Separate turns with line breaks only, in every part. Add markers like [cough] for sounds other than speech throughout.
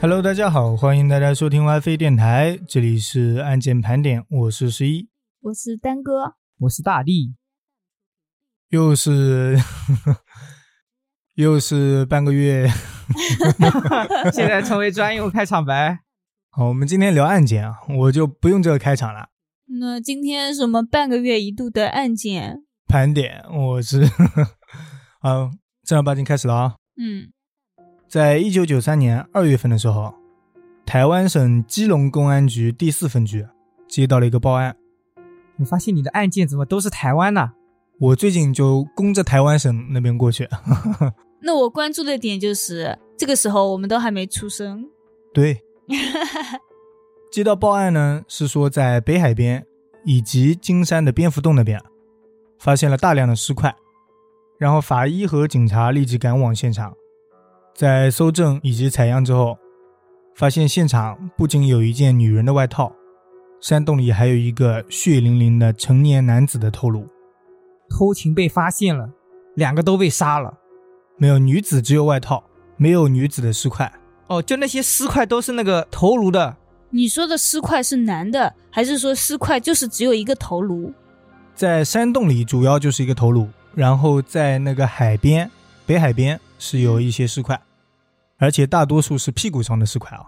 Hello，大家好，欢迎大家收听 WiFi 电台，这里是案件盘点，我是十一，
我是丹哥，
我是
[laughs]
大力，
又是 [laughs] 又是半个月。 [laughs]
现在成为专用开场白。
好，我们今天聊案件啊，我就不用这个开场了。
那今天什么半个月一度的案件？
盘点，我是 [laughs] 好，正儿八经开始了啊。
嗯，
在一九九三年二月份的时候，台湾省基隆公安局第四分局接到了一个报案。
你发现你的案件怎么都是台湾的？
我最近就攻着台湾省那边过去。
那我关注的点就是这个时候我们都还没出生。
对，接到报案呢，是说在北海边以及金山的蝙蝠洞那边啊发现了大量的尸块，然后法医和警察立即赶往现场，在搜证以及采样之后，发现现场不仅有一件女人的外套，山洞里还有一个血淋淋的成年男子的头颅，
偷情被发现了，两个都被杀了。
没有女子，只有外套，没有女子的尸块。
哦，就那些尸块都是那个头颅的。
你说的尸块是男的，还是说尸块就是只有一个头颅？
在山洞里主要就是一个头颅，然后在那个海边，北海边是有一些尸块，而且大多数是屁股上的尸块啊。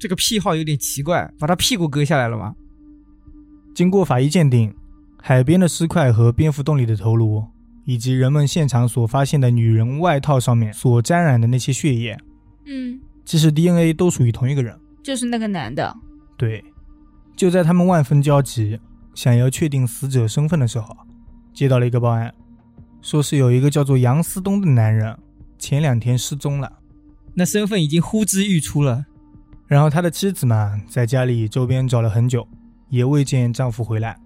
这个癖好有点奇怪，把他屁股割下来了吗？
经过法医鉴定，海边的尸块和蝙蝠洞里的头颅，以及人们现场所发现的女人外套上面所沾染的那些血液，
嗯，
其实 DNA 都属于同一个人。
就是那个男的。
对，就在他们万分焦急，想要确定死者身份的时候，接到了一个报案，说是有一个叫做杨思东的男人前两天失踪了，
那身份已经呼之欲出了。
然后他的妻子嘛，在家里周边找了很久，也未见丈夫回来，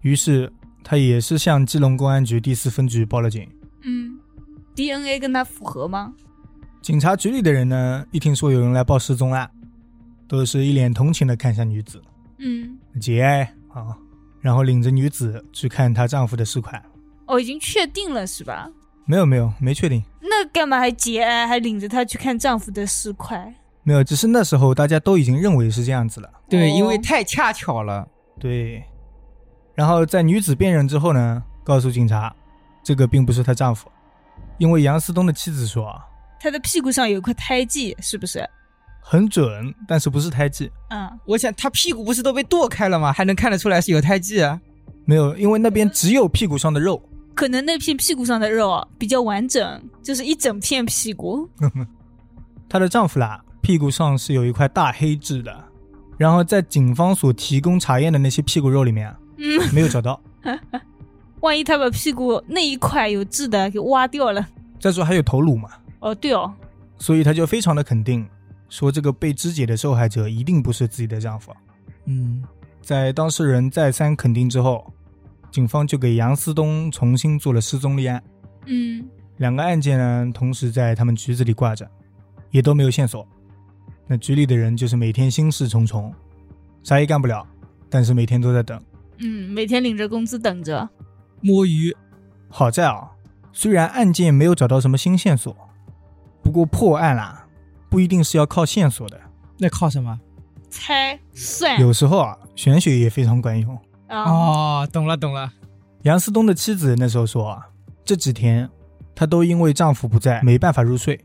于是她也是向基隆公安局第四分局报了警。
嗯，DNA 跟他符合吗？
警察局里的人呢，一听说有人来报失踪案，都是一脸同情的看向女子，
嗯，
姐啊，然后领着女子去看她丈夫的尸块。
哦，已经确定了是吧？
没有没有，没确定，
那干嘛还结案，还领着他去看丈夫的尸块？
没有，只是那时候大家都已经认为是这样子了。
对，因为
哦
太恰巧了。
对，然后在女子辨认之后呢，告诉警察，这个并不是她丈夫，因为杨思东的妻子说啊，
他的屁股上有一块胎记，是不是？
很准，但是不是胎记，
嗯，
我想他屁股不是都被剁开了吗？还能看得出来是有胎记啊？
没有，因为那边只有屁股上的肉。
可能那片屁股上的肉啊比较完整，就是一整片屁股。
她的丈夫啦，屁股上是有一块大黑痣的，然后在警方所提供查验的那些屁股肉里面啊
嗯，
没有找到。
万一他把屁股那一块有痣的给挖掉了，
再说还有头颅嘛，
哦，对哦，
所以她就非常的肯定，说这个被肢解的受害者一定不是自己的丈夫。啊
嗯，
在当事人再三肯定之后，警方就给杨思东重新做了失踪立案。
嗯，
两个案件呢，同时在他们局子里挂着，也都没有线索。那局里的人就是每天心事重重，啥也干不了，但是每天都在等。
嗯，每天领着工资等着。
摸鱼。
好在啊，虽然案件没有找到什么新线索，不过破案啦、啊不一定是要靠线索的，
那靠什么？
猜算
有时候啊，玄学也非常管用。
啊，
哦，懂了懂了。
杨思东的妻子那时候说啊，这几天她都因为丈夫不在没办法入睡，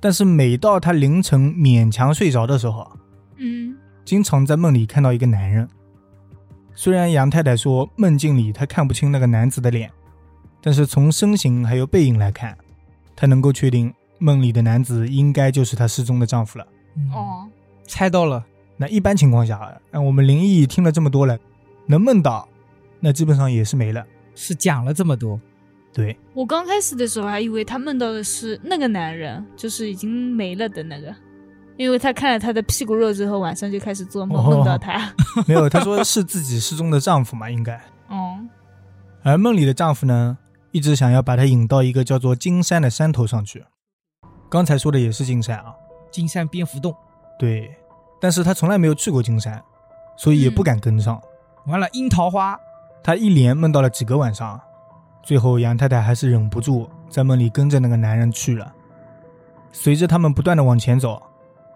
但是每到她凌晨勉强睡着的时候啊，
嗯，
经常在梦里看到一个男人。虽然杨太太说梦境里她看不清那个男子的脸，但是从身形还有背影来看，她能够确定梦里的男子应该就是她失踪的丈夫了。
嗯，
哦，
猜到了。
那一般情况下啊，让我们灵异听了这么多了，能梦到，那基本上也是没了。
是讲了这么多，
对，
我刚开始的时候还以为他梦到的是那个男人，就是已经没了的那个，因为他看了他的屁股肉之后，晚上就开始做梦，
哦
梦到他。
没有，她说是自己失踪的丈夫嘛，应该。
哦，
而梦里的丈夫呢，一直想要把她引到一个叫做金山的山头上去。刚才说的也是金山啊，
金山蝙蝠洞。
对，但是她从来没有去过金山，所以也不敢跟上。
完了，樱桃花。
她一连梦到了几个晚上，最后杨太太还是忍不住在梦里跟着那个男人去了。随着他们不断的往前走，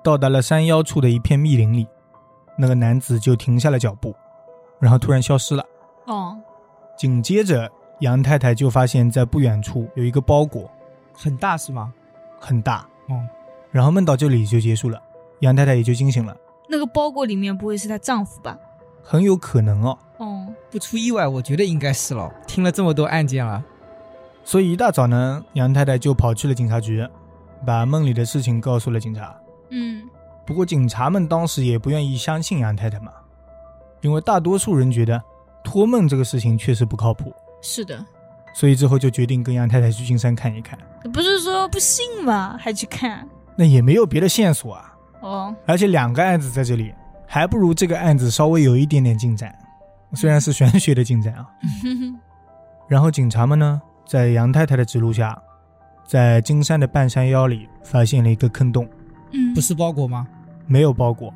到达了山腰处的一片密林里，那个男子就停下了脚步，然后突然消失了。
哦，
紧接着，杨太太就发现，在不远处有一个包裹，
很大是吗？
很大。
哦，
然后梦到这里就结束了，杨太太也就惊醒了。
那个包裹里面不会是她丈夫吧？
很有可能哦，
哦，
不出意外，我觉得应该是了。听了这么多案件了，
所以一大早呢，杨太太就跑去了警察局，把梦里的事情告诉了警察。
嗯，
不过警察们当时也不愿意相信杨太太嘛，因为大多数人觉得托梦这个事情确实不靠谱，
是的，
所以之后就决定跟杨太太去金山看一看。
不是说不信吗？还去看？
那也没有别的线索啊，
哦，
而且两个案子在这里，还不如这个案子稍微有一点点进展，虽然是玄学的进展啊。
哼哼
然后警察们呢，在杨太太的指路下，在金山的半山腰里发现了一个坑洞，
嗯，
不是包裹吗？
没有包裹，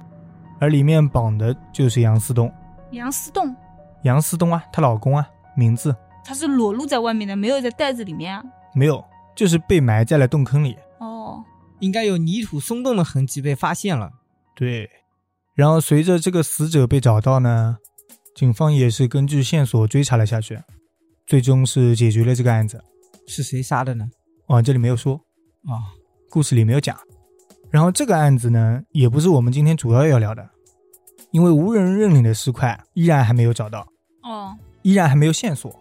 而里面绑的就是杨思东。
杨思栋，
杨思东啊，她老公啊，名字
他是裸露在外面的，没有在袋子里面啊。
没有，就是被埋在了洞坑里。
哦，
应该有泥土松动的痕迹被发现了。
对，然后随着这个死者被找到呢，警方也是根据线索追查了下去，最终是解决了这个案子。
是谁杀的呢？
哦，这里没有说，
哦，
故事里没有讲。然后这个案子呢，也不是我们今天主要要聊的，因为无人认领的尸块依然还没有找到，
哦，
依然还没有线索，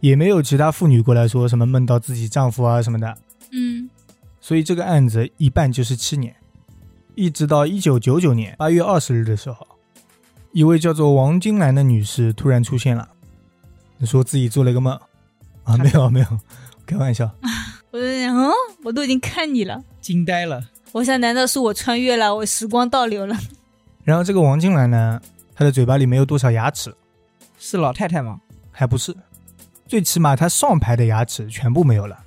也没有其他妇女过来说什么梦到自己丈夫啊什么的，
嗯，
所以这个案子一办就是七年，一直到一九九九年八月二十日的时候，一位叫做王金兰的女士突然出现了，说自己做了一个梦，啊，没有没有，开玩笑，
我就想，嗯，我都已经看你了，
惊呆了。
我想难道是我穿越了，我时光倒流了？
然后这个王金兰呢，她的嘴巴里没有多少牙齿，
是老太太吗？
还不是，最起码她上排的牙齿全部没有了，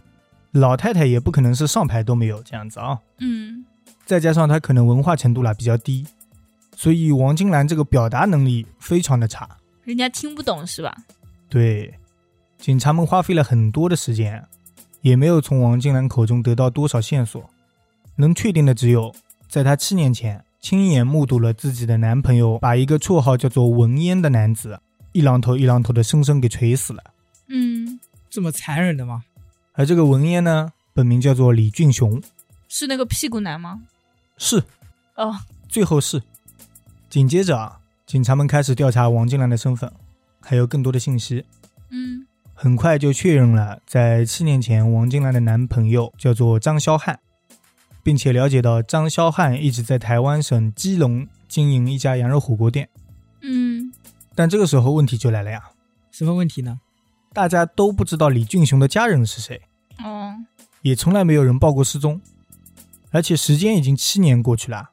老太太也不可能是上排都没有这样子啊。
嗯，
再加上她可能文化程度啦比较低，所以王金兰这个表达能力非常的差。
人家听不懂是吧？
对，警察们花费了很多的时间，也没有从王金兰口中得到多少线索，能确定的只有，在她七年前亲眼目睹了自己的男朋友把一个绰号叫做文烟的男子一榔头一榔头的生生给锤死了。
嗯，
这么残忍的吗？
而这个文烟呢，本名叫做李俊雄，
是那个屁股男吗？
是
哦，
最后是。紧接着啊，警察们开始调查王金兰的身份，还有更多的信息。
嗯，
很快就确认了，在七年前，王金兰的男朋友叫做张霄汉，并且了解到张霄汉一直在台湾省基隆经营一家羊肉火锅店。
嗯，
但这个时候问题就来了呀，
什么问题呢？
大家都不知道李俊雄的家人是谁，
哦，
也从来没有人报过失踪，而且时间已经七年过去了，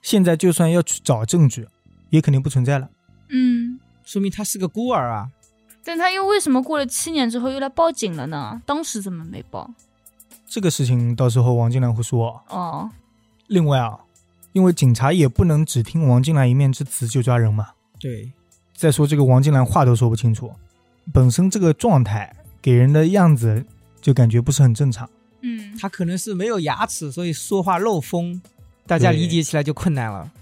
现在就算要去找证据，也肯定不存在了。
嗯，
说明她是个孤儿啊。
但他又为什么过了七年之后又来报警了呢？当时怎么没报？
这个事情到时候王金兰会说哦。
哦，
另外啊，因为警察也不能只听王金兰一面之词就抓人嘛。
对，
再说这个王金兰话都说不清楚，本身这个状态给人的样子就感觉不是很正常。
嗯，
她可能是没有牙齿，所以说话漏风，大家
对
理解起来就困难了。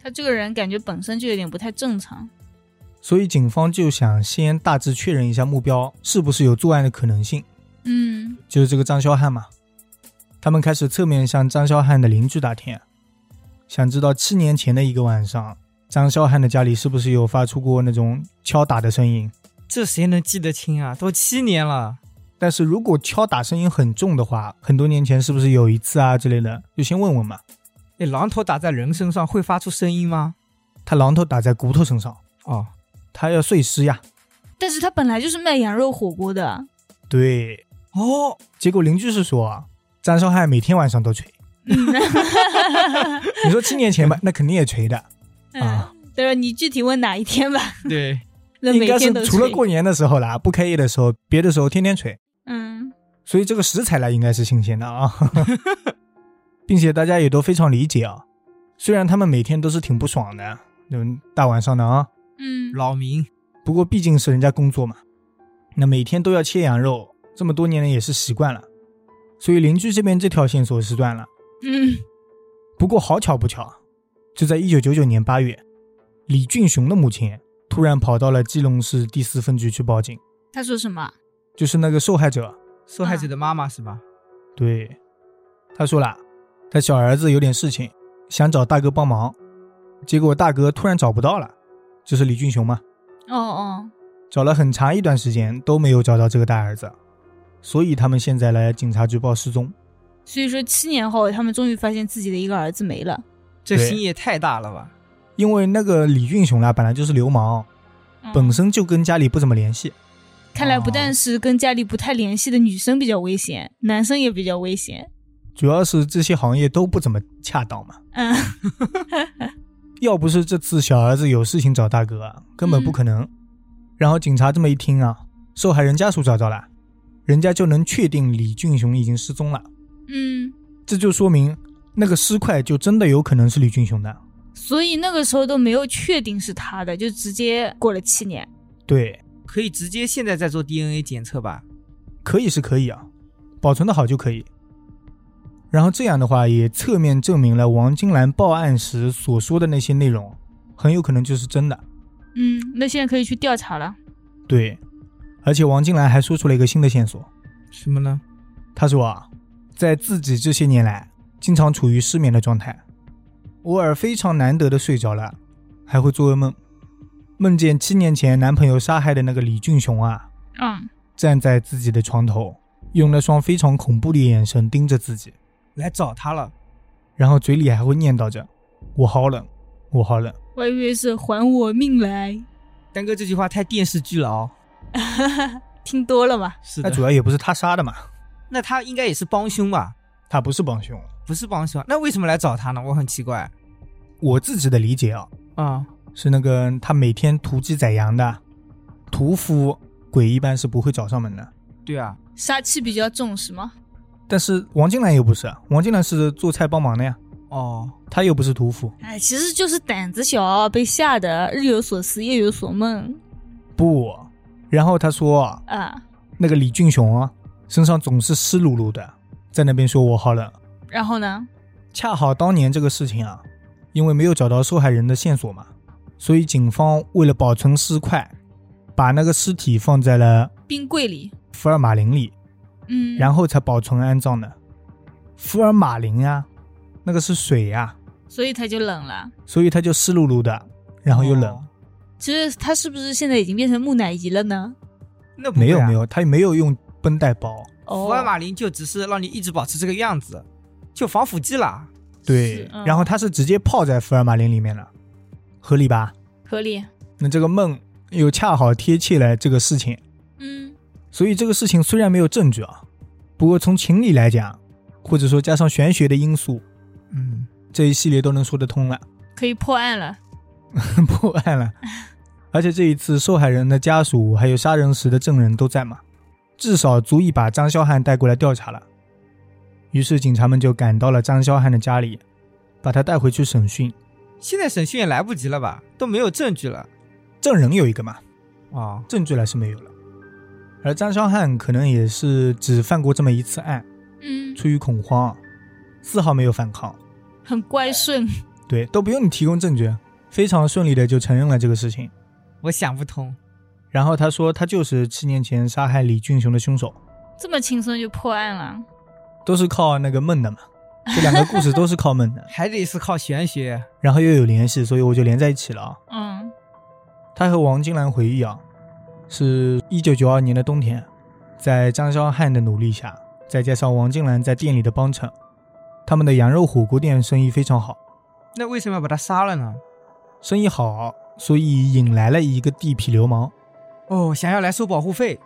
他这个人感觉本身就有点不太正常。
所以警方就想先大致确认一下目标是不是有作案的可能性，
嗯，
就是这个张霄汉嘛。他们开始侧面向张霄汉的邻居打听，想知道七年前的一个晚上，张霄汉的家里是不是有发出过那种敲打的声音。
这谁能记得清啊？都七年了，
但是如果敲打声音很重的话，很多年前是不是有一次啊之类的，就先问问嘛。
哎，榔头打在人身上会发出声音吗？
他榔头打在骨头身上，
哦，
他要碎尸呀。
但是他本来就是卖羊肉火锅的。
对，
哦，
结果邻居是说啊，张绍汉每天晚上都锤。
嗯
[laughs]
[laughs]
你说七年前吧，那肯定也锤的，啊
嗯，对吧？你具体问哪一天
[laughs]
吧。
对，
那
应
每
该
天都
是除了
吹
过年的时候啦，不开业的时候，别的时候天天锤。
嗯
所以这个食材啦，应该是新鲜的
[laughs]
啊，并且大家也都非常理解啊。虽然他们每天都是挺不爽的，嗯，大晚上的啊，
嗯
扰民，
不过毕竟是人家工作嘛，那每天都要切羊肉，这么多年了也是习惯了，所以邻居这边这条线索是断了。
嗯
不过好巧不巧啊，就在一九九九年八月，李俊雄的母亲突然跑到了基隆市第四分局去报警，
他说什么？
就是那个受害者，
受害者的妈妈是吧？
对，他说了，他小儿子有点事情，想找大哥帮忙，结果大哥突然找不到了，就是李俊雄嘛，
哦哦，
找了很长一段时间都没有找到这个大儿子，所以他们现在来警察局报失踪。
所以说七年后，他们终于发现自己的一个儿子没了。
这
对
心也太大了吧？
因为那个李俊雄啦，本来就是流氓，嗯本身就跟家里不怎么联系，
看来不但是跟家里不太联系的女生比较危险，男生也比较危险。
主要是这些行业都不怎么恰当嘛。 [laughs]
嗯，
要不是这次小儿子有事情找大哥啊，根本
嗯
不可能。然后警察这么一听啊，受害人家属找到了，人家就能确定李俊雄已经失踪了，
嗯，
这就说明那个尸块就真的有可能是李俊雄的。
所以那个时候都没有确定是他的，就直接过了七年。
对，
可以直接现在再做 DNA 检测吧？
可以是可以啊，保存的好就可以。然后这样的话，也侧面证明了王金兰报案时所说的那些内容，很有可能就是真的。
嗯，那现在可以去调查了。
对，而且王金兰还说出了一个新的线索，
什么呢？
她说啊，在自己这些年来，经常处于失眠的状态，偶尔非常难得的睡着了，还会做噩梦，梦见七年前男朋友杀害的那个李俊雄啊，
嗯，
站在自己的床头，用那双非常恐怖的眼神盯着自己。
来找他了？
然后嘴里还会念叨着：“我好冷，我好冷。
我还以为是还我命来，
丹哥这句话太电视剧了哦。
听多了嘛。
是”
那主要也不是他杀的嘛，
那他应该也是帮凶吧？
他不是帮凶。
不是帮凶，那为什么来找他呢？我很奇怪。
我自己的理解啊，
啊、
是那个他每天屠鸡宰羊的，屠夫鬼一般是不会找上门的。
对啊，
杀气比较重是吗？
但是王金兰又不是，啊王金兰是做菜帮忙的呀，
哦，
他又不是屠夫。
哎，其实就是胆子小，被吓得日有所思夜有所梦
不，然后他说啊
啊。
那个李俊雄啊，身上总是湿漉漉的，在那边说我好冷。
然后呢？
恰好当年这个事情啊，因为没有找到受害人的线索嘛，所以警方为了保存尸块，把那个尸体放在了
冰柜里，
福尔马林里，
嗯，
然后才保存安葬的。福尔马林啊，那个是水呀、
所以他就冷了。
所以它就湿漉漉的，然后又冷。
哦
其实他是不是现在已经变成木乃伊了呢？
那不会
没有
啊
没，有，它也没有用绷带包。
哦，
福尔马林就只是让你一直保持这个样子，就防腐剂啦。
对，
嗯
然后它是直接泡在福尔马林里面了，合理吧？
合理。
那这个梦又恰好贴切了这个事情。
嗯，
所以这个事情虽然没有证据啊，不过从情理来讲，或者说加上玄学的因素，
嗯，
这一系列都能说得通了，
可以破案了。
[laughs] 破案了。而且这一次受害人的家属还有杀人时的证人都在嘛，至少足以把张肖汉带过来调查了。于是警察们就赶到了张肖汉的家里，把他带回去审讯。
现在审讯也来不及了吧？都没有证据了。
证人有一个嘛，
哦，
证据来是没有了。而张肖汉可能也是只犯过这么一次案，
嗯，
出于恐慌，丝毫没有反抗。
很乖顺。
对，都不用你提供证据，非常顺利的就承认了这个事情。
我想不通。，
然后他说他就是七年前杀害李俊雄的凶手，
这么轻松就破案了，
都是靠那个梦的嘛。这两个故事都是靠梦的 [laughs]
还得是靠玄学。
然后又有联系，所以我就连在一起了啊。
嗯，
他和王金兰回忆啊，是一九九二年的冬天，在张肖汉的努力下，再加上王金兰在店里的帮衬，他们的羊肉火锅店生意非常好。
那为什么要把他杀了呢？
生意好，所以引来了一个地痞流氓，
哦，想要来收保护费。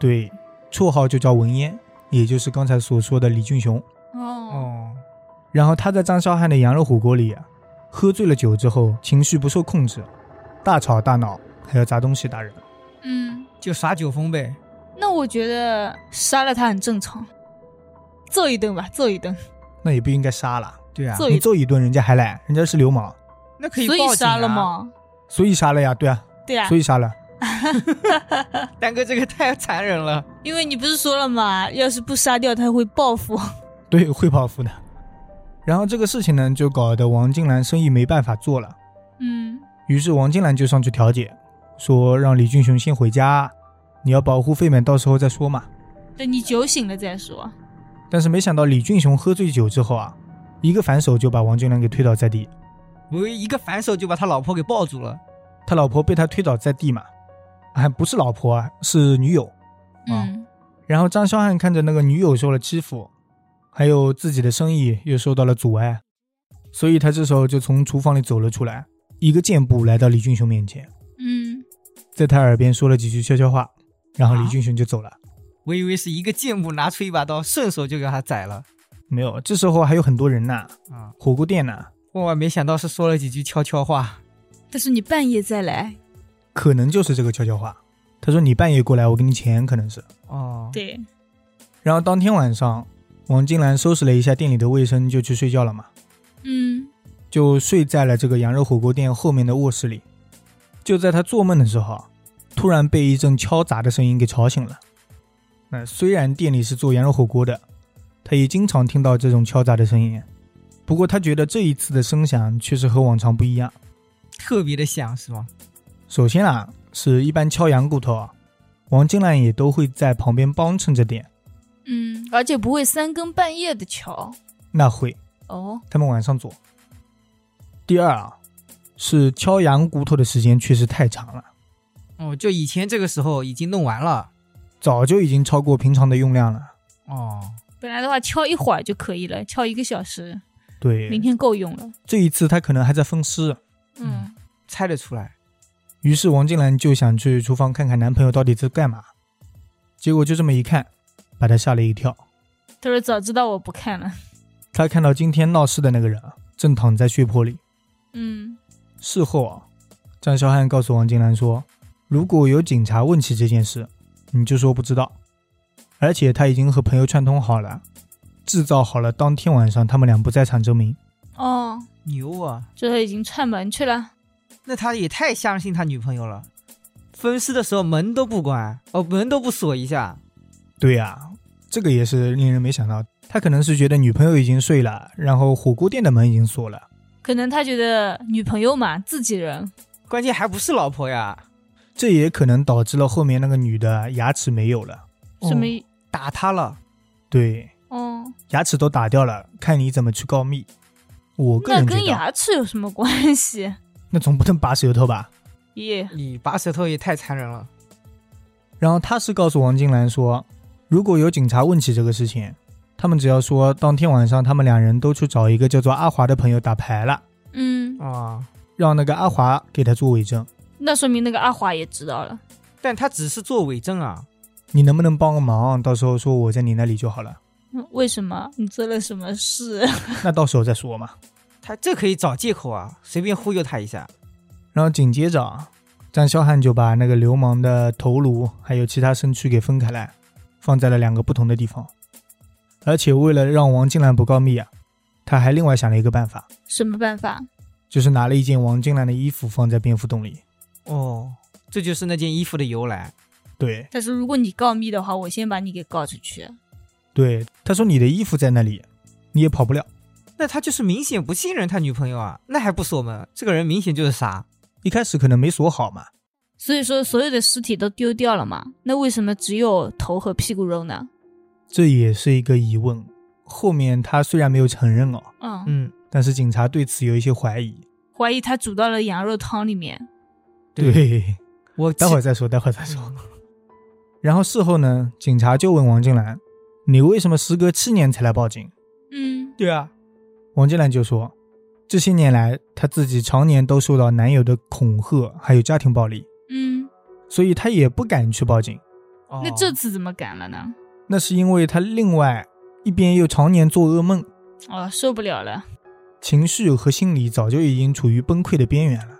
对，绰号就叫文烟，也就是刚才所说的李俊雄。
哦，
哦，
然后他在张肖汉的羊肉火锅里、啊，喝醉了酒之后，情绪不受控制，大吵大闹，还要砸东西打人。
嗯，
就耍酒疯呗。
那我觉得杀了他很正常，揍一顿吧，揍一顿，
那也不应该杀了，
对啊，
揍
你
一
[laughs]
揍一顿人家还来，人家是流氓，
那可以报
所
警、啊、
以杀了？吗？
所以杀了呀，对啊，
对啊
所，以杀了。
丹哥这个太残忍了。
因为你不是说了吗？要是不杀掉他会报复。
对，会报复的。然后这个事情呢，就搞得王金兰生意没办法做了。
嗯
于是王金兰就上去调解，说让李俊雄先回家，你要保护费面，到时候再说嘛。
对你酒醒了再说。
但是没想到李俊雄喝醉酒之后啊，一个反手就把王金兰给推倒在地，
我一个反手就把他老婆给抱住了。
他老婆被他推倒在地嘛，还不是老婆啊，是女友。啊
嗯，
然后张肖汉看着那个女友受了欺负，还有自己的生意又受到了阻碍，所以他这时候就从厨房里走了出来，一个箭步来到李俊雄面前，
嗯，
在他耳边说了几句悄悄话，然后李
啊
俊雄就走了。
我以为是一个箭步拿出一把刀，顺手就给他宰了
没有，这时候还有很多人呐，
啊！
火锅店呐、
万万没想到是说了几句悄悄话，
但是你半夜再来，
可能就是这个悄悄话。他说你半夜过来，我给你钱，可能是。
哦，，
对，
然后当天晚上，王金兰收拾了一下店里的卫生，就去睡觉了嘛，
嗯
就睡在了这个羊肉火锅店后面的卧室里。就在他做梦的时候啊，突然被一阵敲砸的声音给吵醒了。那虽然店里是做羊肉火锅的，他也经常听到这种敲砸的声音，不过他觉得这一次的声响确实和往常不一样。
特别的响是吗？
首先啊，是一般敲羊骨头啊，王金兰也都会在旁边帮衬着点。
嗯，而且不会三更半夜的敲。
那会，
哦，
他们晚上做。第二啊，是敲羊骨头的时间确实太长了，
哦，就以前这个时候已经弄完了。
早就已经超过平常的用量了。
哦，
本来的话敲一会儿就可以了，敲一个小时，明
对，
天够用了。
这一次他可能还在分尸，
嗯
猜得出来。
于是王金兰就想去厨房看看男朋友到底在干嘛，结果就这么一看，把她吓了一跳。
他说早知道我不看了。
她看到今天闹事的那个人啊，正躺在血泊里，
嗯
事后啊，张肖汉告诉王金兰说，如果有警察问起这件事，你就说不知道。而且他已经和朋友串通好了，制造好了当天晚上他们俩不在场证明。
哦，
牛啊！
这已经串门去了。
那他也太相信他女朋友了。分尸的时候门都不关，哦，门都不锁一下。
对呀、这个也是令人没想到。他可能是觉得女朋友已经睡了，然后火锅店的门已经锁了。
可能他觉得女朋友嘛，自己人，
关键还不是老婆呀，
这也可能导致了后面那个女的牙齿没有了，
什么
哦打他了？
对，
哦，
牙齿都打掉了，看你怎么去告密。我个
那
人觉
跟
得，
牙齿有什么关系？
那总不能拔舌头吧？
耶，
你拔舌头也太残忍了。
然后他是告诉王金兰说，如果有警察问起这个事情，他们只要说当天晚上他们两人都去找一个叫做阿华的朋友打牌了，
嗯，
啊！
让那个阿华给他做伪证。
那说明那个阿华也知道了。
但他只是做伪证啊，
你能不能帮个忙？到时候说我在你那里就好了，
嗯为什么你做了什么事？ [laughs]
那到时候再说嘛。
他这可以找借口啊，随便忽悠他一下。
然后紧接着啊，张肖汉就把那个流氓的头颅还有其他身躯给分开来，放在了两个不同的地方。而且为了让王金兰不告密啊，他还另外想了一个办法，
什么办法？
就是拿了一件王金兰的衣服放在蝙蝠洞里。
哦，这就是那件衣服的由来。
对，
但是如果你告密的话，我先把你给告出去。
对，他说你的衣服在那里，你也跑不了。
那他就是明显不信任他女朋友啊，那还不锁门？这个人明显就是傻。
一开始可能没锁好嘛，
所以说，所有的尸体都丢掉了嘛？那为什么只有头和屁股肉呢？
这也是一个疑问。后面他虽然没有承认哦，
嗯，
嗯，
但是警察对此有一些怀疑。
怀疑他煮到了羊肉汤里面。
[laughs]
对
对，
我
待会儿
儿
再说，待会儿再说。然后事后呢，警察就问王金兰：“你为什么时隔七年才来报警
嗯，
对啊，？”
王金兰就说：“这些年来，她自己常年都受到男友的恐吓，还有家庭暴力，
嗯，
所以她也不敢去报警。
哦
那这次怎么敢了呢？
那是因为她另外一边又常年做噩梦，
哦，受不了了。
情绪和心理早就已经处于崩溃的边缘了，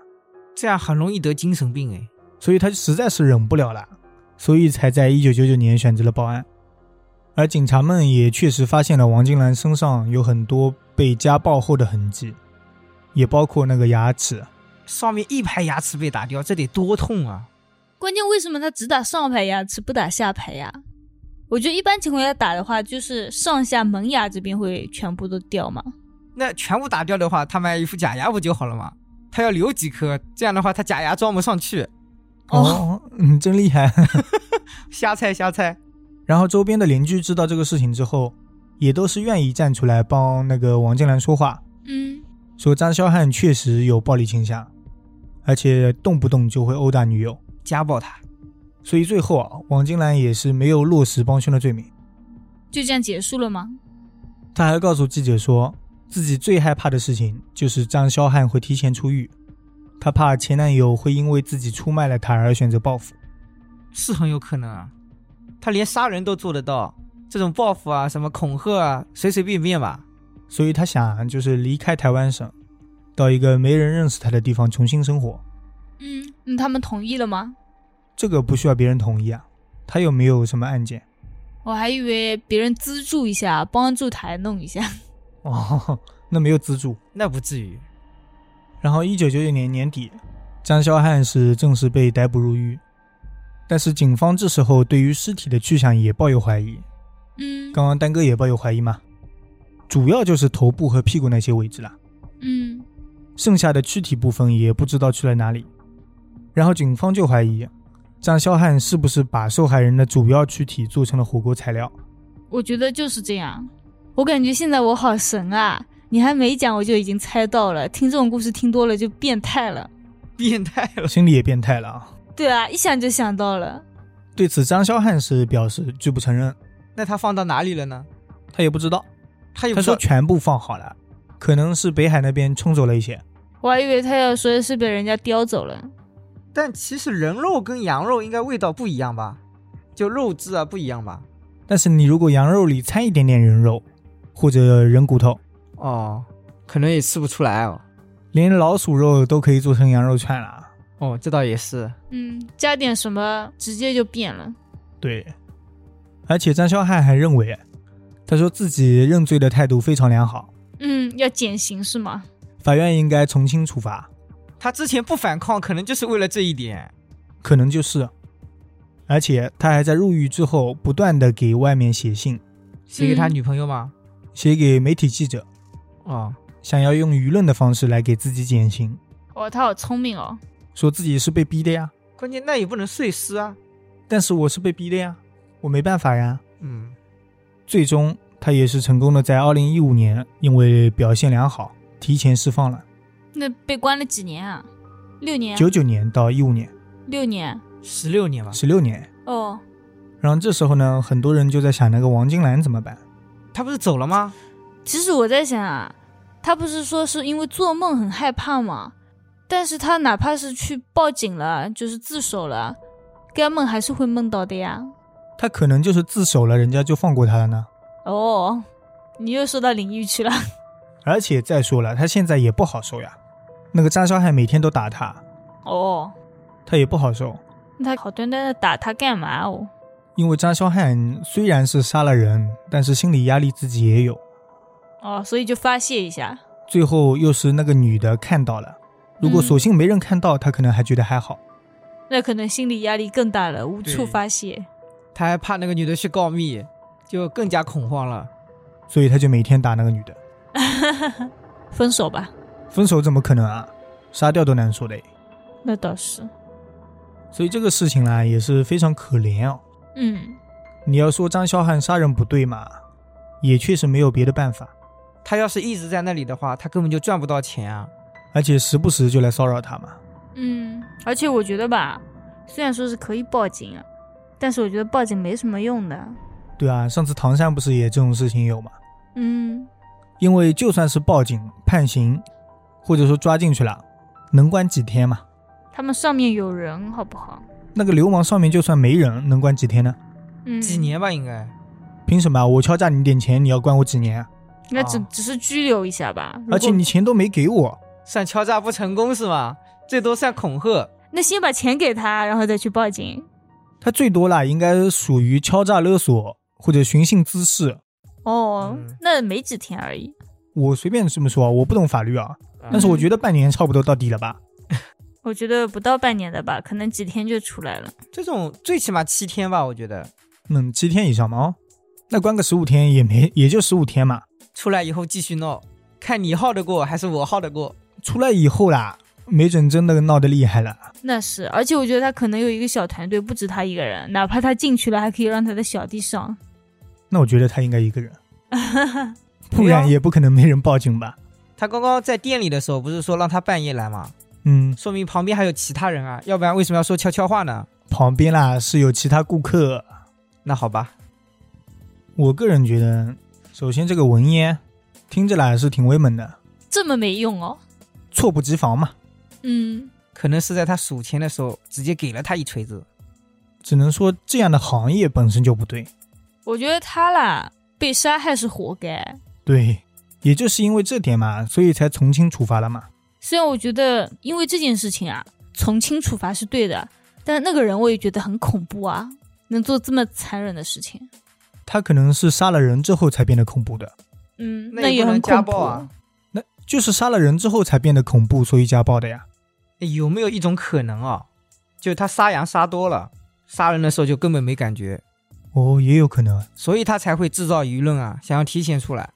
这样很容易得精神病哎。
所以他实在是忍不了了，所以才在一九九九年选择了报案。而警察们也确实发现了王金兰身上有很多被家暴后的痕迹，也包括那个牙齿。
上面一排牙齿被打掉，这得多痛啊！
关键为什么他只打上排牙齿不打下排牙？我觉得一般情况下打的话，就是上下门牙这边会全部都掉嘛。
那全部打掉的话，他买一副假牙不就好了吗？他要留几颗，这样的话他假牙装不上去。
哦， [laughs] 嗯，真厉害。
瞎猜瞎猜，
然后周边的邻居知道这个事情之后，也都是愿意站出来帮那个王建兰说话，
嗯，
说张霄汉确实有暴力倾向，而且动不动就会殴打女友。
家暴他。
所以最后啊，王金兰也是没有落实帮凶的罪名。
就这样结束了吗？
他还告诉记者说，自己最害怕的事情就是张霄汉会提前出狱，他怕前男友会因为自己出卖了他而选择报复。
是很有可能啊。他连杀人都做得到，这种报复啊、什么恐吓啊，随随便便吧。
所以他想就是离开台湾省，到一个没人认识他的地方重新生活。
嗯，那他们同意了吗？
这个不需要别人同意啊。他有没有什么案件？
我还以为别人资助一下，帮助台弄一下。
哦，那没有资助。
那不至于。
然后，一九九九年年底，张霄汉是正式被逮捕入狱，但是警方这时候对于尸体的去向也抱有怀疑。
嗯
刚刚丹哥也抱有怀疑嘛，主要就是头部和屁股那些位置啦，
嗯，
剩下的躯体部分也不知道去了哪里。然后警方就怀疑张霄汉是不是把受害人的主要躯体做成了火锅材料。
我觉得就是这样。我感觉现在我好神啊！你还没讲，我就已经猜到了。听这种故事听多了就变态了。
变态了，
心里也变态了啊！
对啊，一想就想到了。
对此，张霄汉是表示拒不承认，
那他放到哪里了呢？
他也不知道。
他也
他
不
说
说
全部放好了，可能是北海那边冲走了一些。
我还以为他要说是被人家叼走了。
但其实人肉跟羊肉应该味道不一样吧？就肉质啊不一样吧？
但是你如果羊肉里掺一点点人肉，或者人骨头，
哦，可能也吃不出来哦。
连老鼠肉都可以做成羊肉串了啊。
哦，这倒也是。
嗯，加点什么直接就变了。
对，而且张霄汉还认为，他说自己认罪的态度非常良好，
嗯，要减刑是吗？
法院应该从轻处罚，
他之前不反抗，可能就是为了这一点。
可能就是。而且他还在入狱之后不断的给外面写信，
写给他
嗯
女朋友吗？
写给媒体记者，
哦，
想要用舆论的方式来给自己减刑，
哇，他好聪明哦。
说自己是被逼的呀。
关键那也不能碎尸啊。
但是我是被逼的呀，我没办法呀。
嗯，
最终，他也是成功的在2015年，因为表现良好，提前释放了。
那被关了几年啊？六年？
九九年到一五年，
六年？
十六年吧。
十六年。
哦，
然后这时候呢，很多人就在想那个王金兰怎么办？
他不是走了吗？
其实我在想啊，他不是说是因为做梦很害怕吗？但是他哪怕是去报警了，啊就是自首了，啊该梦还是会梦到的呀。
他可能就是自首了，人家就放过他了呢。
哦，你又说到领域去了。
而且再说了，他现在也不好受呀。那个张小海每天都打他，
[laughs] 哦，
他也不好受，
那他好端端的打他干嘛哦？
因为张小汉虽然是杀了人，但是心理压力自己也有。
哦，所以就发泄一下。
最后又是那个女的看到了，如果
嗯
索性没人看到，他可能还觉得还好。
那可能心理压力更大了，无处
对
发泄。 [laughs]
他还怕那个女的去告密，就更加恐慌了。
所以他就每天打那个女的。
分手吧，
分手怎么可能啊？杀掉都难说嘞。
那倒是。
所以这个事情啦、也是非常可怜哦。
嗯，
你要说张霄汉杀人不对嘛，也确实没有别的办法，
他要是一直在那里的话，他根本就赚不到钱啊。
而且时不时就来骚扰他嘛。
嗯，而且我觉得吧，虽然说是可以报警啊，但是我觉得报警没什么用的。
对啊，上次唐山不是也这种事情有嘛？
嗯，
因为就算是报警判刑，或者说抓进去了，能关几天嘛？
他们上面有人，好不好？
那个流氓上面就算没人，能关几天呢？
嗯，
几？年吧，应该。
凭什么啊我敲诈你点钱，你要关我几年啊？
那只
啊
只是拘留一下吧。如
而且
果
你钱都没给我，
算敲诈不成功是吗？最多算恐吓。
那先把钱给他，然后再去报警。
他最多啦，应该属于敲诈勒索或者寻衅滋事。
哦，
嗯
那没几天而已。
我随便这么说啊，我不懂法律啊，
嗯
但是我觉得半年差不多到底了吧？
我觉得不到半年的吧，可能几天就出来了。
这种最起码七天吧，我觉得
嗯，七天以上嘛哦，那关个十五天也没，也就十五天嘛。
出来以后继续闹。看你耗得过还是我耗得过。
出来以后啦，没准真的闹得厉害了。
那是，而且我觉得他可能有一个小团队，不止他一个人，哪怕他进去了，还可以让他的小弟上。 [laughs]
那我觉得他应该一个人，不
对
然
啊
也不可能没人报警吧？
他刚刚在店里的时候不是说让他半夜来吗？
嗯，
说明旁边还有其他人啊，要不然为什么要说悄悄话呢？
旁边啦是有其他顾客。
那好吧，
我个人觉得，首先这个文烟听着啦是挺威猛的，
这么没用哦。
猝不及防嘛，
嗯，
可能是在他数钱的时候直接给了他一锤子。
只能说这样的行业本身就不对。
我觉得他啦被杀害是活该。
对，也就是因为这点嘛，所以才从轻处罚了嘛。
虽然我觉得因为这件事情啊，从轻处罚是对的，但那个人我也觉得很恐怖啊，能做这么残忍的事情。
他可能是杀了人之后才变得恐怖的，
嗯，
那
也
不
很
能家
恐怖
暴啊。！
那就是杀了人之后才变得恐怖，所以家暴的呀。
有没有一种可能啊？就他杀羊杀多了，杀人的时候就根本没感觉，
哦，也有可能。
所以他才会制造舆论啊，想要体现出来。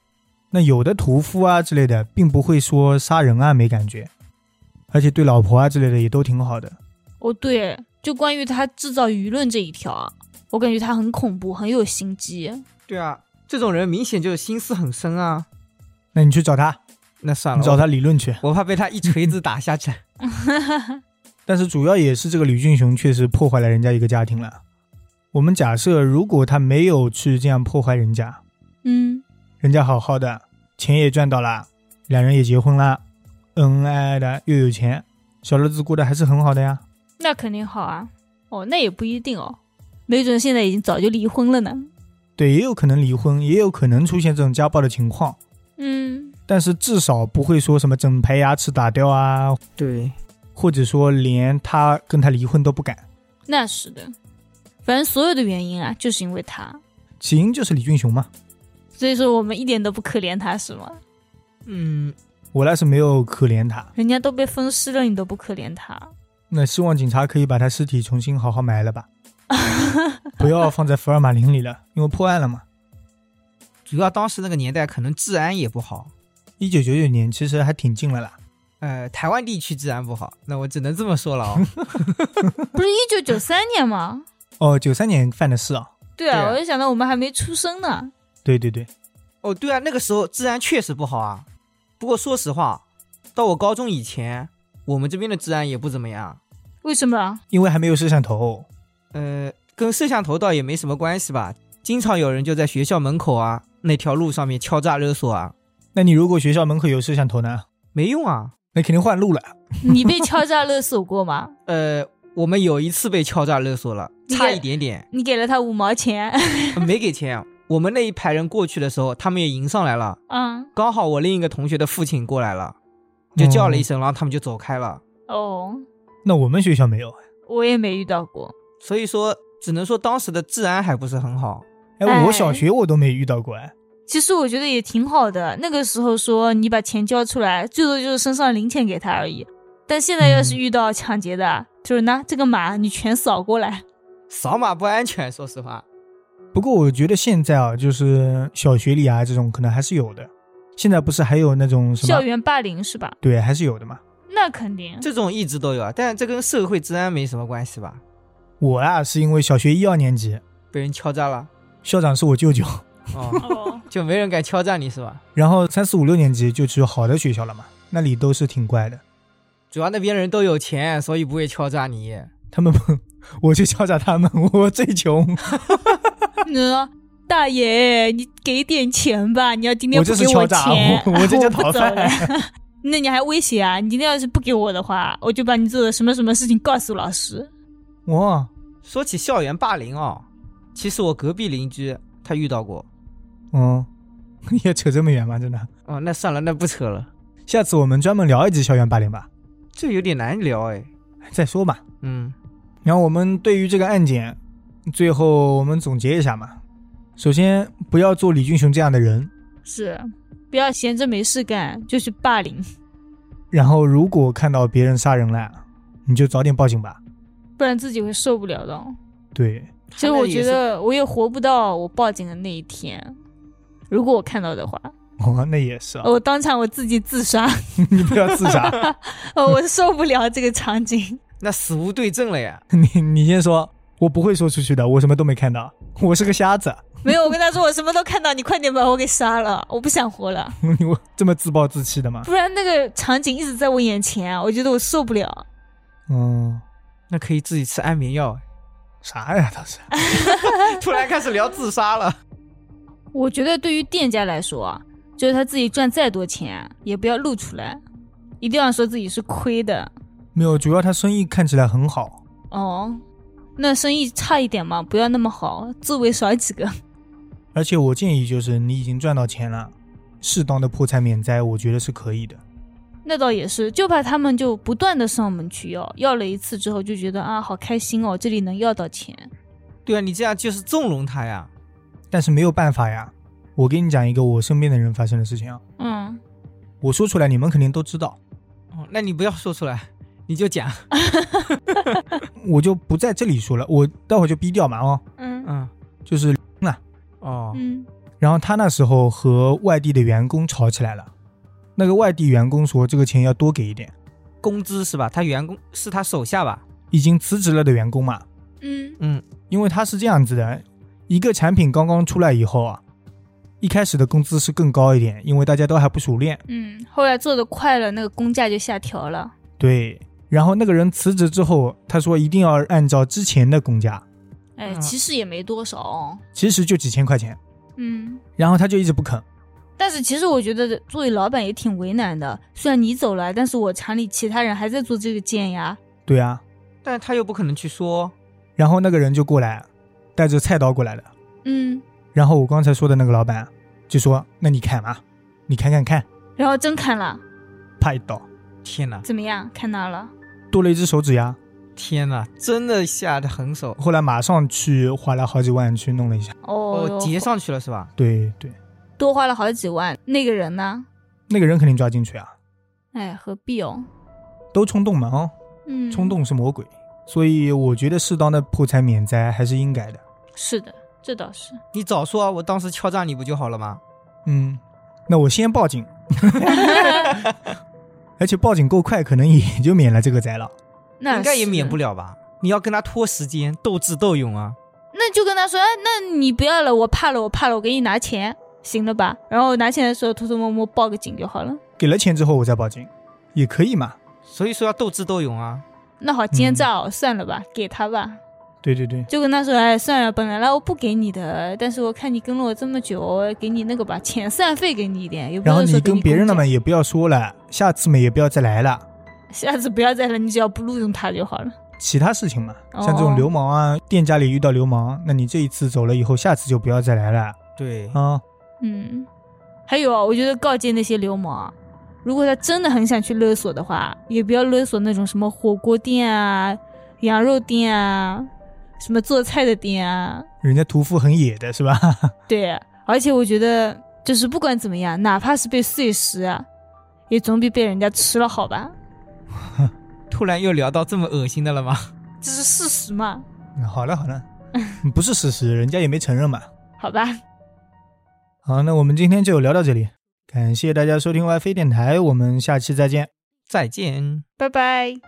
那有的屠夫啊之类的，并不会说杀人啊没感觉，而且对老婆啊之类的也都挺好的。
哦，对，就关于他制造舆论这一条啊，我感觉他很恐怖，很有心机。
对啊，这种人明显就是心思很深啊。
那你去找他，
那算
你
了，
找他理论去。
啊我，我怕被他一锤子
[laughs]
打下去。
但是主要也是这个吕俊雄确实破坏了人家一个家庭了。我们假设如果他没有去这样破坏人家，
嗯，
人家好好的，钱也赚到了，两人也结婚了，恩恩爱爱的又有钱，小日子过得还是很好的呀。
那肯定好啊。哦，那也不一定哦，没准现在已经早就离婚了呢。
对，也有可能离婚，也有可能出现这种家暴的情况，
嗯，
但是至少不会说什么整排牙齿打掉啊，
对，
或者说连他跟他离婚都不敢。
那是的。反正所有的原因啊，就是因为他，
起因就是李俊雄嘛，
所以说我们一点都不可怜他，是吗？
嗯，
我那是没有可怜他。
人家都被分尸了，你都不可怜他？
那希望警察可以把他尸体重新好好埋了吧，不要放在福尔马林里了，因为破案了嘛。
主要当时那个年代可能治安也不好，
一九九九年其实还挺近了啦，
呃，台湾地区治安不好，那我只能这么说
[laughs]
了哦。
[laughs] 不是一九九三年吗？
哦，九三年犯的事啊，
对啊，
对啊
我就想到我们还没出生呢。
对对对，
哦，对啊，那个时候治安确实不好啊。不过说实话，到我高中以前，我们这边的治安也不怎么样。
为什么？啊
因为还没有摄像头，
呃，跟摄像头倒也没什么关系吧。经常有人就在学校门口啊那条路上面敲诈勒索啊，
那你如果学校门口有摄像头呢，
没用啊。
那肯定换路了。
你被敲诈勒索过吗？ [laughs]
呃，我们有一次被敲诈勒索了，
你
差
给
一点点
你给了他五毛钱。
没给钱。我们那一排人过去的时候，他们也迎上来了。
[laughs] 嗯，
刚好我另一个同学的父亲过来了，就叫了一
嗯
声，然后他们就走开了。
哦，
那我们学校没有，
我也没遇到过。
所以说，只能说当时的治安还不是很好。
哎，我小学我都没遇到过哎。
其实我觉得也挺好的。那个时候说你把钱交出来，最多就是身上零钱给他而已。但现在要是遇到抢劫的，啊就是拿这个码你全扫过来。
扫码不安全，说实话。
不过我觉得现在啊，就是小学里啊这种可能还是有的。现在不是还有那种什
校
么？
园霸凌是吧？
对，还是有的嘛。
那肯定。
这种一直都有啊，但这跟社会治安没什么关系吧？
我啊是因为小学一二年级，
被人敲诈了，
校长是我舅 [laughs] 舅，
哦，
哦，
就没人敢敲诈你是吧？
然后三四五六年级就去好的学校了嘛，那里都是挺乖的。
主要那边人都有钱，所以不会敲诈你。
他们 [laughs] 不，我去敲诈他们， [laughs] 我最穷，
[laughs] 你说嗯大爷，你给点钱吧，你要今天
我
不
这
给
是敲诈，
钱，
我我这叫
不
讨
走
饭
了。 [laughs]
[laughs]
那你还威胁啊？你今天要是不给我的话，我就把你做的什么什么事情告诉老师。
哇，
说起校园霸凌哦，其实我隔壁邻居他遇到过。
嗯， [laughs] 也扯这么远吗？真的？
哦，那算了，那不扯了，
下次我们专门聊一集校园霸凌吧，
这有点难聊哎。
再说吧。
嗯，
然后我们对于这个案件，最后我们总结一下嘛。首先，不要做李俊雄这样的人。
是，不要闲着没事干就去霸凌， [laughs]
然后，如果看到别人杀人了，你就早点报警吧。
不然自己会受不了的哦。
对，
其实我觉得我也活不到我报警的那一天，如果我看到的话，
哦，那也是啊，
我当场我自己自杀，
[laughs] 你不要自
[laughs]
杀，
哦，我受不了这个场景。
那死无对证了呀。
你你先说，我不会说出去的，我什么都没看到，我是个瞎子， [laughs]
没有，我跟他说我什么都看到，你快点把我给杀了，我不想活了。
你我这么自暴自弃的吗？
不然那个场景一直在我眼前啊，我觉得我受不了。
嗯，
那可以自己吃安眠药。 [laughs]
啥呀，倒是，
突然开始聊自杀了。 [laughs]
我觉得对于店家来说啊，就是他自己赚再多钱也不要露出来，一定要说自己是亏的。
没有，主要他生意看起来很好，
哦，那生意差一点嘛，不要那么好，字尾少几个。 [laughs]
而且我建议就是你已经赚到钱了，适当的破财免灾，我觉得是可以的。
那倒也是，就怕他们就不断的上门去要，要了一次之后就觉得啊，好开心哦，这里能要到钱。
对啊，你这样就是纵容他呀。
但是没有办法呀，我给你讲一个我身边的人发生的事情啊，
嗯，
我说出来你们肯定都知道，
哦，那你不要说出来，你就讲。 [laughs]
我就不在这里说了，我待会儿就逼掉嘛哦，
嗯
嗯，
就是，
哦，
嗯，
然后他那时候和外地的员工吵起来了，那个外地员工说这个钱要多给一点，
工资是吧？他员工是他手下吧？
已经辞职了的员工嘛，
嗯，
嗯，
因为它是这样子的，一个产品刚刚出来以后啊，一开始的工资是更高一点，因为大家都还不熟练。
嗯，后来做的快了，那个工价就下调了。
对，然后那个人辞职之后，他说一定要按照之前的工价，
哎，
嗯
其实也没多少哦，
其实就几千块钱。
嗯。
然后他就一直不肯。
但是其实我觉得作为老板也挺为难的，虽然你走了，但是我厂里其他人还在做这个建呀。
对啊，
但是他又不可能去说。
然后那个人就过来，带着菜刀过来了。
嗯，
然后我刚才说的那个老板就说：“那你砍嘛，你砍砍看，
然后真砍了，
啪一刀，
天哪，
怎么样？砍哪了？
多了一只手指呀。
天哪，真的下的狠手”
后来马上去花了好几万去弄了一下。
哦，
哦，结上去了是吧？
对对，
多花了好几万。那个人呢？
那个人肯定抓进去啊，
哎，何必哦？
都冲动嘛哦。
嗯，
冲动是魔鬼，所以我觉得适当的破财免灾还是应该的。
是的，这倒是。
你早说啊，我当时敲诈你不就好了吗？
嗯，那我先报警，而且报警够快，可能也就免了这个灾了。
那
应该也
是
免不。了吧？你要跟他拖时间，斗智斗勇啊！
那就跟他说，哎，那你不要了，我怕了，我怕了，我给你拿钱，行了吧？然后拿钱的时候偷偷摸摸报个警就好了。
给了钱之后我再报警，也可以嘛。
所以说要斗智斗勇啊！
那好，今天
嗯
照、算了吧，给他吧。
对对对，
就跟他说，哎，算了，本来我不给你的，但是我看你跟了我这么久，给你那个吧，遣散费给你一点，也不
然后
要说
你
给
跟
你
别人的
工
嘛也不要说了，下次嘛也不要再来了。
钱，下次不要再来，你只要不录用他就好了。
其他事情嘛，
哦
像这种流氓啊，店家里遇到流氓，那你这一次走了以后，下次就不要再来了
对，
哦
啊。
嗯，还有啊，我觉得告诫那些流氓啊，如果他真的很想去勒索的话，也不要勒索那种什么火锅店啊、羊肉店啊、什么做菜的店啊。
人家屠夫很野的是吧？ [laughs]
对，啊而且我觉得，就是不管怎么样，哪怕是被碎尸啊，也总比被人家吃了好吧？
突然又聊到这么恶心的了吗？
这是事实嘛？
嗯好了好
[laughs]
了，不是事实，人家也没承认嘛。
好吧，
好，那我们今天就聊到这里，感谢大家收听 WiFi 电台，我们下期再见。
再见。
拜拜。